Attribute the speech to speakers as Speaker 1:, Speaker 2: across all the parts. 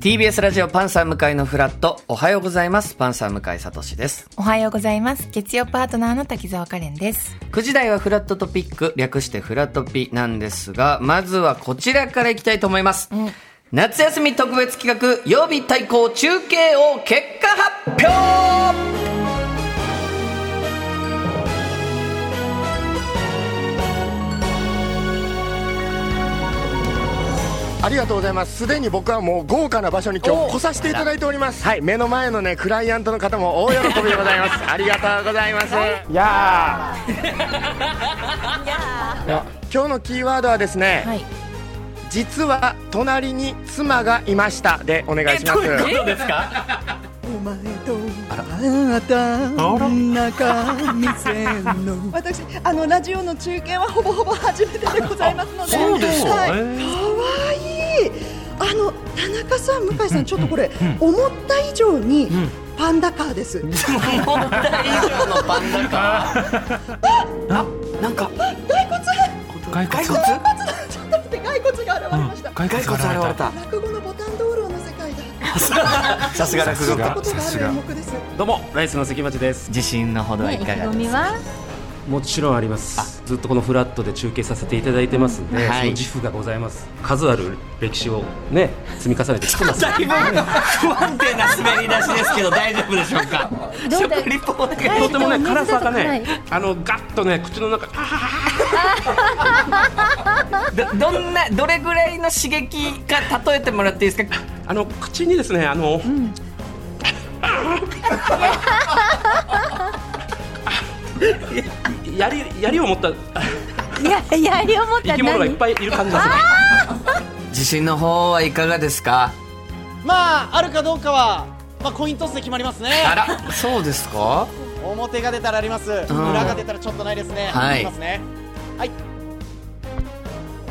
Speaker 1: TBS ラジオパンサー向井のフラットおはようございますパンサー向井聡です
Speaker 2: おはようございます。月曜パートナーの滝沢カレンです。
Speaker 1: 9時台はフラットトピック略してフラトピなんですがまずはこちらからいきたいと思います、夏休み特別企画曜日対抗中継を結果発表
Speaker 3: ありがとうございますすでに僕はもう豪華な場所に今
Speaker 1: お
Speaker 3: 日来させていただいておりますはい目の前のねクライアントの方も大喜びでございますありがとうございますいやー今日のキーワードはですね、
Speaker 2: はい。
Speaker 3: 実は隣に妻がいましたでお願いします
Speaker 1: とですか
Speaker 4: お前とあなた中見せの
Speaker 5: 私あのラジオの中継はほぼほぼ初めてでございますのでそうですはい、かわいいあの田中さん向井さんちょっとこれ、思った以上にパンダカーです、
Speaker 1: なんか
Speaker 5: 骸骨
Speaker 6: 骸骨
Speaker 5: 骸骨だちょっと待って骸骨が現れました、
Speaker 6: 骸
Speaker 1: 骸骨現れた
Speaker 5: 落語のボタン道路の世界だ
Speaker 1: さすが落語家
Speaker 5: ことがある演目です
Speaker 7: どうもライスの関町です
Speaker 1: 自信のほどはいかがですか、
Speaker 2: は
Speaker 7: もちろんありますずっとこのフラットで中継させていただいてますんで、
Speaker 1: はい
Speaker 7: その自負がございます数ある歴史をね積み重ねてきてます
Speaker 1: 不安定な滑り出しですけど大丈夫でしょうか
Speaker 2: どうだ
Speaker 1: 食リポお願いします
Speaker 7: とてもね
Speaker 2: 同じだと
Speaker 7: 辛さが
Speaker 2: は
Speaker 7: ね
Speaker 2: い
Speaker 7: あのガッとね口の中あ
Speaker 1: どどんなどれぐらいの刺激か例えてもらっていいですか
Speaker 7: あの口にですねあの、 やり槍を持った
Speaker 2: い。いや、いや、あれを持ったら
Speaker 7: 生き物がいっ
Speaker 2: 何
Speaker 7: ぱいいる感じですね
Speaker 1: 自信の方はいかがですか
Speaker 4: まああるかどうかはまあコイントスで決まりますね
Speaker 1: あらそうですか
Speaker 4: 表が出たらあります裏
Speaker 1: ん
Speaker 4: が出たらちょっとないですね
Speaker 1: はい
Speaker 4: きますねはい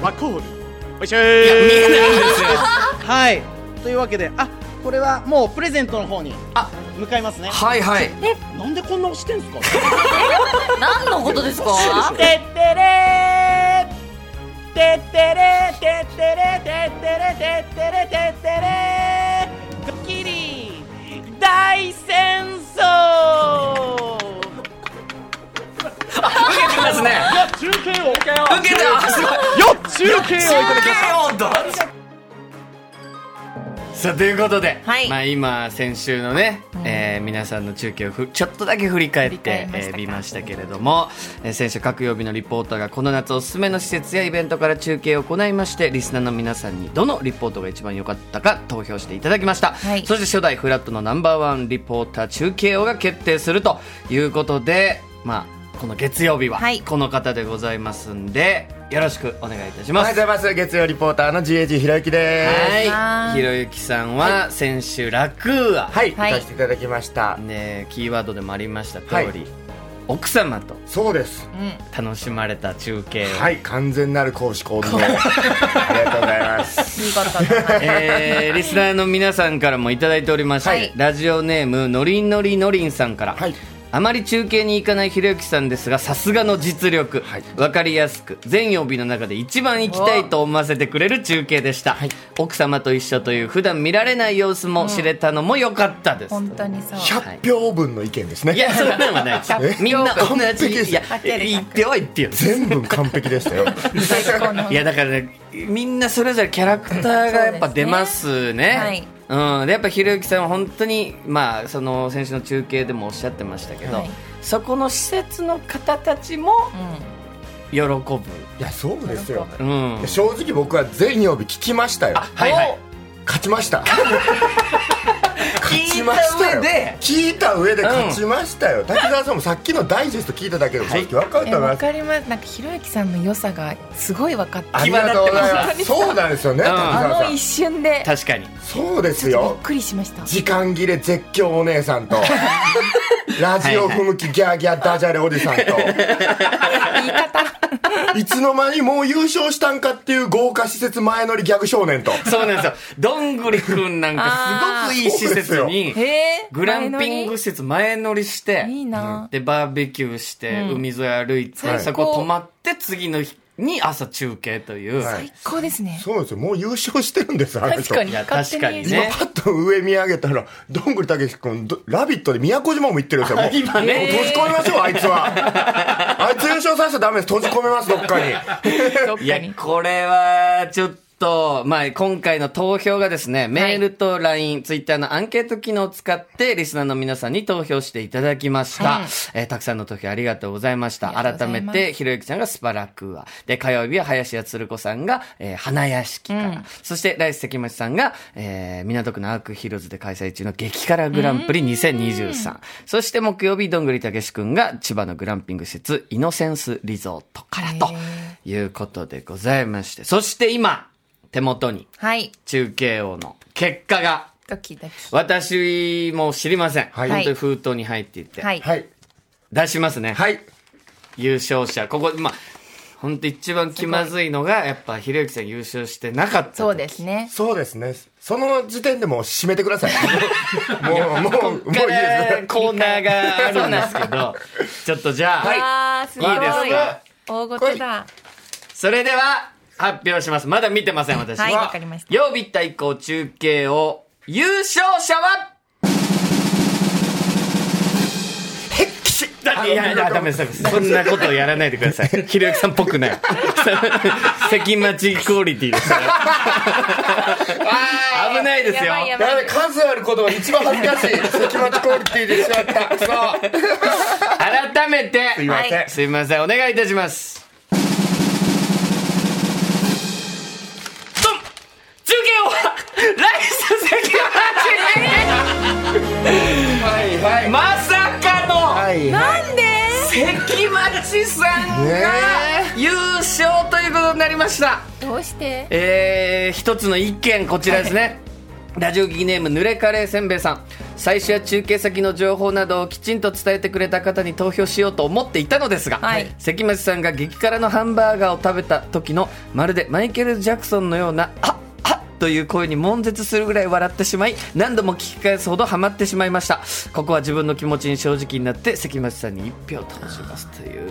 Speaker 4: マコールおいしょ
Speaker 1: いや見
Speaker 4: ー
Speaker 1: えないんですよ
Speaker 4: はいというわけであこれはもうプレゼントの方に
Speaker 1: あ
Speaker 4: 向かいますね
Speaker 1: はいはい
Speaker 4: なんでこんな押してんすか
Speaker 2: 何のことですか
Speaker 4: てってれーてってれーてってれーてってれーてってれーてってれードッキリ大戦争
Speaker 1: 受けてますね
Speaker 4: 中継
Speaker 1: 受
Speaker 4: を
Speaker 1: けてますごい
Speaker 4: よっ中継を
Speaker 1: さあということで、
Speaker 2: はい
Speaker 1: まあ、今先週のね、えー皆さんの中継をふちょっとだけ振り返っ
Speaker 2: 振り返
Speaker 1: て
Speaker 2: り
Speaker 1: み
Speaker 2: ま
Speaker 1: ま,、
Speaker 2: し
Speaker 1: え
Speaker 2: た
Speaker 1: ー見ました
Speaker 2: か
Speaker 1: けれども、えー先週各曜日のリポーターがこの夏おすすめの施設やイベントから中継を行いましてリスナーの皆さんにどのリポートが一番良かったか投票していただきました、
Speaker 2: はい
Speaker 1: そして初代フラットのナンバーワンリポーター中継王が決定するということでまあこの月曜日は
Speaker 2: はい
Speaker 1: この方でございますんで、よろしくお願いいたし
Speaker 3: お
Speaker 1: ま
Speaker 3: はようご
Speaker 1: す
Speaker 3: ざいます月曜リポーターの GAG ひろゆきです
Speaker 1: は
Speaker 2: は
Speaker 1: い、
Speaker 2: い
Speaker 1: ひろゆきさんは先週楽は、
Speaker 3: はい、
Speaker 2: はい
Speaker 3: 行かせていただきました、
Speaker 1: ね、キーワードでもありました通り、
Speaker 3: はい
Speaker 1: 奥様と
Speaker 3: そうです
Speaker 1: 楽しまれた中継を、
Speaker 3: はい完全なる公私公務員ありがとうございます
Speaker 2: いいことだな
Speaker 1: えーリスナーの皆さんからもいただいておりまして、
Speaker 2: はい
Speaker 1: ラジオネームのりんのりのりんさんから、
Speaker 3: はい
Speaker 1: あまり中継に行かないひろゆきさんですがさすがの実力、
Speaker 3: はい
Speaker 1: わかりやすく全曜日の中で一番行きたいと思わせてくれる中継でした、奥様と一緒という普段見られない様子も知れたのも良かったです、
Speaker 2: 本当にそう。
Speaker 3: 100票分の意見ですね
Speaker 1: いや、そんなのはないで す
Speaker 3: え。
Speaker 1: みんな同
Speaker 3: 完璧で
Speaker 1: じ。
Speaker 3: す
Speaker 1: いや、
Speaker 2: てる
Speaker 1: 言っては言ってよ。
Speaker 3: 全部完璧でしたよ
Speaker 2: 最高の
Speaker 1: いや、だからね、みんなそれぞれキャラクターがやっぱ出ますね。うん、でやっぱひろゆきさんは本当に、まあ、その先週の中継でもおっしゃってましたけど、
Speaker 2: はい
Speaker 1: そこの施設の方たちも
Speaker 2: う
Speaker 1: 喜ぶ、
Speaker 3: いやそうですよ
Speaker 1: うん、
Speaker 3: 正直僕は全曜日聞きましたよ
Speaker 1: はいはい
Speaker 3: 勝ちました勝
Speaker 1: 聞い
Speaker 3: ちましたた
Speaker 1: 上
Speaker 3: よ
Speaker 1: で
Speaker 3: 聞いた上で
Speaker 1: うん
Speaker 3: 勝ちましたよ、滝沢さんもさっきのダイジェスト聞いただけでも正直分かる
Speaker 2: ん。え、
Speaker 3: と思いま
Speaker 2: わ
Speaker 3: す、
Speaker 2: かります。なんかひろゆきさんの良さがすごい分かった。
Speaker 3: ありがとうございますそうなんですよね、
Speaker 1: うん
Speaker 3: 滝
Speaker 2: あ
Speaker 3: 沢さ
Speaker 2: の
Speaker 3: ん
Speaker 2: 一瞬で。
Speaker 1: 確かに
Speaker 3: そうで
Speaker 2: ちょ
Speaker 3: す
Speaker 2: っとび
Speaker 3: よ
Speaker 2: っくりしました。
Speaker 3: 時間切れ絶叫お姉さんとラジオ不向きギャーギャーダジャレおじさんと
Speaker 2: 言い方。
Speaker 3: いつの間にもう優勝したんかっていう豪華施設前乗りギャグ少年と
Speaker 1: そうなんです よどんぐりくんなんかすごくいい施設
Speaker 3: あーそう
Speaker 1: に
Speaker 2: えー
Speaker 1: グランピング施設前乗りして
Speaker 2: いいな。
Speaker 1: でバーベキューして、
Speaker 2: うん
Speaker 1: 海沿い歩いて、
Speaker 2: 最高
Speaker 1: そこ泊まって次の日に朝中継という。
Speaker 3: はい
Speaker 2: 最高ですね。
Speaker 3: そうなんですよ。もう優勝してるんです、あの
Speaker 2: 確
Speaker 3: 人
Speaker 2: かに。
Speaker 1: いや
Speaker 2: 勝
Speaker 1: 確か
Speaker 2: 手
Speaker 1: に
Speaker 2: に。
Speaker 1: ね
Speaker 3: パッと上見上げたら、どんぐりたけし君、どラビットで宮古島も行ってるんですよ。もう
Speaker 1: 今
Speaker 3: もう
Speaker 1: ね、
Speaker 3: 閉じ込めましょう、あいつは。あいつ優勝させちゃダメです。閉じ込めます、どっかに。
Speaker 2: どっ
Speaker 1: い
Speaker 2: か
Speaker 1: や、
Speaker 2: に。
Speaker 1: これは、ちょっと、まあ、今回の投票がですね、メールと LINE、Twitter のアンケート機能を使って、リスナーの皆さんに投票していただきました。
Speaker 2: はい
Speaker 1: えーたくさんの投票ありがとうございました。
Speaker 2: ありが
Speaker 1: 改
Speaker 2: とうござ
Speaker 1: め
Speaker 2: います
Speaker 1: て、ひろゆきちゃんがスパラクーア。で、火曜日は林家つる子さんが、えー花屋敷から。そして、ライス関町さんが、えー港区のアークヒルズで開催中の激辛グランプリ2023。そして、木曜日、どんぐりたけしくんが、千葉のグランピング施設、イノセンスリゾートからと
Speaker 2: へ
Speaker 1: いうことでございまして。そして今、手元に、
Speaker 2: はい。
Speaker 1: 中継王の結果が、
Speaker 2: ドキドキ。
Speaker 1: 私も知りません。
Speaker 3: はい
Speaker 1: 本当に封筒に入っていて。
Speaker 2: はい。
Speaker 3: はい。
Speaker 1: 出しますね。
Speaker 3: はい。
Speaker 1: 優勝者。ここ、まあ、本当一番気まずいのが、やっぱ、ひろゆきさん優勝してなかった時。
Speaker 2: そうですね。
Speaker 3: そうですね。その時点でもう締めてください。もう、もう、 もういい
Speaker 1: こ
Speaker 3: です
Speaker 1: れ。コーナーがあるんです けど、ちょっとじゃあ、
Speaker 2: ああ、すごい。
Speaker 1: いいですか
Speaker 2: 大ごとだ。
Speaker 1: それでは、発表します。まだ見てません、私は。
Speaker 2: はいわかりました
Speaker 1: 曜日対抗中継を、優勝者は
Speaker 3: へっきし
Speaker 1: だっていやいやダメですダメですそんなことをやらないでく ださいひろゆきさんっぽくない 関町クオリティです から危ないですよ
Speaker 2: やばいやばい
Speaker 3: だめ、数あることが一番恥ずかしい。関町クオリティでしまった。くそ
Speaker 1: 改めて
Speaker 3: すいません。
Speaker 2: は
Speaker 1: すいませんお願いいたしますドン中継はライス関
Speaker 3: はい
Speaker 1: 町
Speaker 3: は
Speaker 1: まさかの
Speaker 3: はいは
Speaker 2: なんで
Speaker 1: 関町さん
Speaker 3: ね
Speaker 1: が優勝ということになりました
Speaker 2: どうして
Speaker 1: えー一つの意見こちらですね、ラジオギネームぬれカレーせんべいさん最初や中継先の情報などをきちんと伝えてくれた方に投票しようと思っていたのですが、
Speaker 2: はい
Speaker 1: 関町さんが激辛のハンバーガーを食べた時のまるでマイケル・ジャクソンのような「ああという声に悶絶するぐらい笑ってしまい何度も聞き返すほどハマってしまいましたここは自分の気持ちに正直になって関町さんに1票投じますという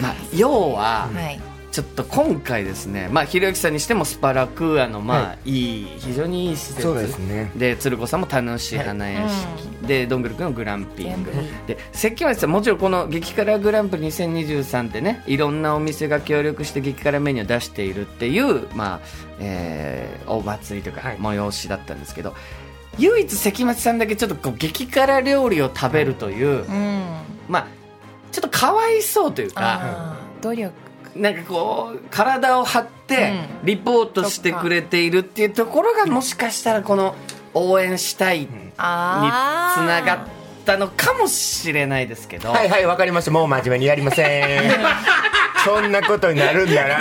Speaker 1: まあ要は、
Speaker 2: はい。
Speaker 1: ちょっと今回ですね、まあ、ひろゆきさんにしてもスパラクーアの、まあい、い非常にいい施設
Speaker 3: そうですね
Speaker 1: で鶴子さんも楽しい花屋敷、でどんぐりくんのグランピング、
Speaker 2: グラン
Speaker 1: で関町さんもちろんこの激辛グランプリ2023ってねいろんなお店が協力して激辛メニューを出しているっていう、まあえーお祭りとか
Speaker 3: はい
Speaker 1: 催しだったんですけど、唯一関町さんだけちょっとこう激辛料理を食べるという、
Speaker 2: うん。
Speaker 1: まあちょっとかわいそうというか。
Speaker 2: ああ、努力。
Speaker 1: なんかこう体を張って
Speaker 2: う
Speaker 1: リポートしてくれているっていうところがもしかしたらこの応援したいにつ
Speaker 2: ああ。
Speaker 1: ながったのかもしれないですけど、
Speaker 3: いはい、わかりました。もう真面目にやりません。 そんなことになるんなら、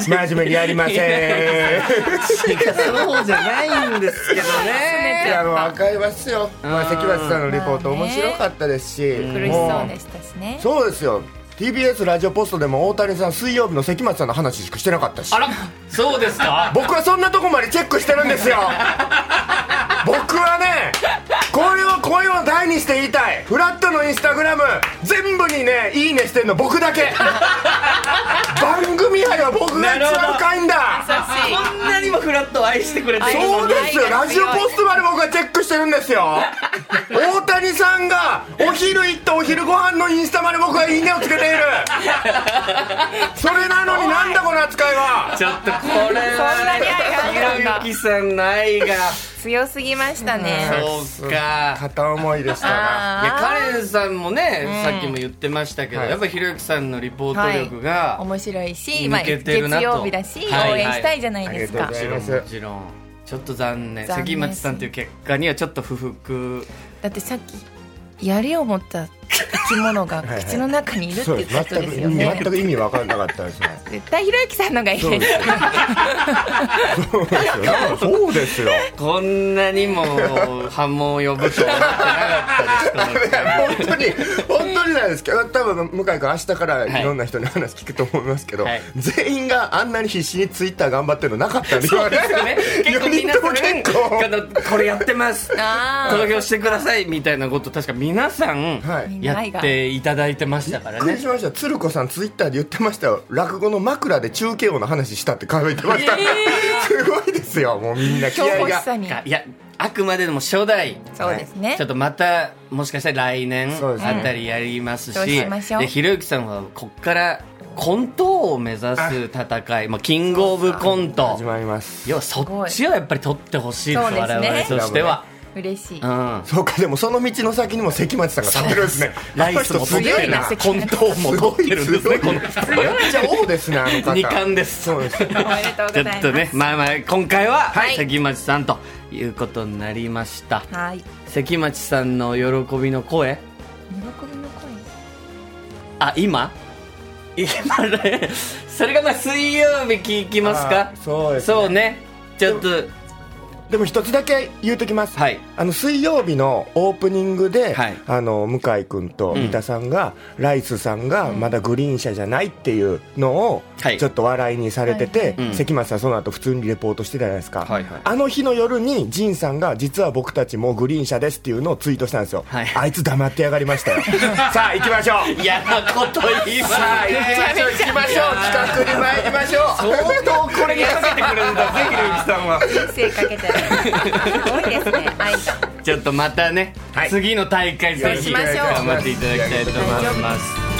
Speaker 3: 真面目にやりません。
Speaker 1: そうじゃないんですけど
Speaker 3: い
Speaker 1: ね
Speaker 3: やもう分かりますよ、まあ、関町さんのリポート
Speaker 2: まあ
Speaker 3: 面
Speaker 2: ね
Speaker 3: 白かったですし、
Speaker 2: 苦しそうでしたしね。
Speaker 3: もうそうですよ TBS ラジオポストでも大谷さん水曜日の関町さんの話しかしてなかったし
Speaker 1: あらそうですか
Speaker 3: 僕はそんなとこまでチェックしてるんですよ僕はねこれを声を大にして言いたいフラットのインスタグラム全部にねいいねしてんの僕だけ番組愛は僕が一番深いんだ
Speaker 1: こんなにもフラットを愛してくれてる
Speaker 3: そうですよラジオポストまで僕はチェックしてるんですよ大谷さんがお昼行ったお昼ご飯のインスタまで僕はいいねをつけているそれなのになんだこの扱いは
Speaker 1: ちょっとこれ
Speaker 2: そんなに愛があった
Speaker 1: は
Speaker 2: んだ
Speaker 1: ひろゆきさんの愛が
Speaker 2: 強すぎましたね。
Speaker 1: そうか
Speaker 3: 片思いでしたが
Speaker 1: いや
Speaker 2: あ
Speaker 1: カレンさんもね、さっきも言ってましたけど、
Speaker 3: はい
Speaker 1: やっぱひろゆきさんのリポート力
Speaker 2: あ。
Speaker 1: が、
Speaker 2: 面白いし、まあ、
Speaker 1: 抜けて
Speaker 2: 月
Speaker 1: るなと
Speaker 2: 曜日だし、
Speaker 1: はい
Speaker 2: 応援したいじゃないです
Speaker 3: あ
Speaker 2: か
Speaker 3: り。がとう
Speaker 1: も
Speaker 3: ご
Speaker 1: ちろん
Speaker 3: ざいま
Speaker 1: もちろんちょっと残念
Speaker 2: 残念
Speaker 1: 関町さんという結果にはちょっと不服
Speaker 2: だってさっきやりを持った生き物が
Speaker 3: いはい
Speaker 2: 口の中にいるって
Speaker 3: そう
Speaker 2: いう
Speaker 3: で
Speaker 2: こ
Speaker 3: す
Speaker 2: と
Speaker 3: 全
Speaker 2: で
Speaker 3: く
Speaker 2: すよね
Speaker 3: 全く意味分からなかったですね
Speaker 2: 絶対ひろゆきさんのがいい
Speaker 3: そう
Speaker 2: で
Speaker 3: ですすよそうですよ
Speaker 1: こんなにも波紋を呼ぶとは思ってなかったですこの回
Speaker 3: 本当に本当になんですけど多分向井君明日からいろんな人に話聞くと思いますけど、
Speaker 1: はい
Speaker 3: 全員があんなに必死にツイッター頑張ってるのなかったんですよね
Speaker 1: ね結構
Speaker 3: 4
Speaker 1: 皆
Speaker 3: 人とも
Speaker 1: さん
Speaker 3: 結構
Speaker 1: このこれやってます
Speaker 2: あ
Speaker 1: 投票してくださいみたいなこと確か皆さん
Speaker 3: はい
Speaker 1: やっていただいてましたから
Speaker 3: びっく
Speaker 1: ね
Speaker 3: りしました鶴子さんツイッターで言ってましたよ落語の枕で中継王の話したって書いてました、すごいですよもうみんな気
Speaker 2: 強
Speaker 3: 合
Speaker 2: 欲し
Speaker 3: が
Speaker 2: さに。
Speaker 1: いやあくまでも初代
Speaker 2: そうですね
Speaker 1: ちょ。っとまたもしかしたら来年
Speaker 3: そうですね
Speaker 1: あたりやります
Speaker 2: そう
Speaker 1: し,、
Speaker 2: しましょう
Speaker 1: でひろゆきさんはこっからコント王を目指す戦いまあ、キングオブコント
Speaker 3: 始まります
Speaker 1: 要はそっちはやっぱり取ってほしいです
Speaker 2: そうですね
Speaker 1: 我々としては、
Speaker 2: 嬉しい。
Speaker 1: うん、
Speaker 3: そうかでもその道の先にも関町さんが立ってるんですね
Speaker 1: ライスも取ってるな
Speaker 2: 強いな
Speaker 1: コント王も取ってるんですねこの
Speaker 3: めっちゃ王ですねあの方
Speaker 1: 二冠です
Speaker 3: そうです
Speaker 2: おめでとうご
Speaker 1: ちょ
Speaker 2: ざいます。
Speaker 1: っとねまあまあ今回は
Speaker 2: はい
Speaker 1: 関町さんということになりました
Speaker 2: はい。喜
Speaker 1: 関町さんの喜びの声
Speaker 2: びの声。
Speaker 1: あ今今ねそれがまあ水曜日聞きますか
Speaker 3: あそうですね
Speaker 1: そうねちょっと
Speaker 3: でも一つだけ言うときます、
Speaker 1: はい
Speaker 3: あの水曜日のオープニングで、
Speaker 1: はい
Speaker 3: あの向井君と三田さんが、ライスさんがまだグリーン車じゃないっていうのを、
Speaker 1: はい
Speaker 3: ちょっと笑いにされてて、
Speaker 1: うん
Speaker 3: 関町さんその後普通にレポートしてたじゃないですか、
Speaker 1: はいはい
Speaker 3: あの日の夜に仁さんが実は僕たちもうグリーン車ですっていうのをツイートしたんですよ、
Speaker 1: はい
Speaker 3: あいつ黙ってやがり ましたよさあ行きましょう
Speaker 1: 嫌なこと言います
Speaker 3: さあ行
Speaker 1: ね
Speaker 3: きましょう行きましょう企画に参りましょう相当これにかけてくるんだぜひろゆきさんは
Speaker 2: 人生かけてる。すごいですね。はい。
Speaker 1: ちょっとまたね、次の大会ぜ
Speaker 2: そう
Speaker 1: ひ
Speaker 2: しましょう
Speaker 1: 頑張っていただきたいと思います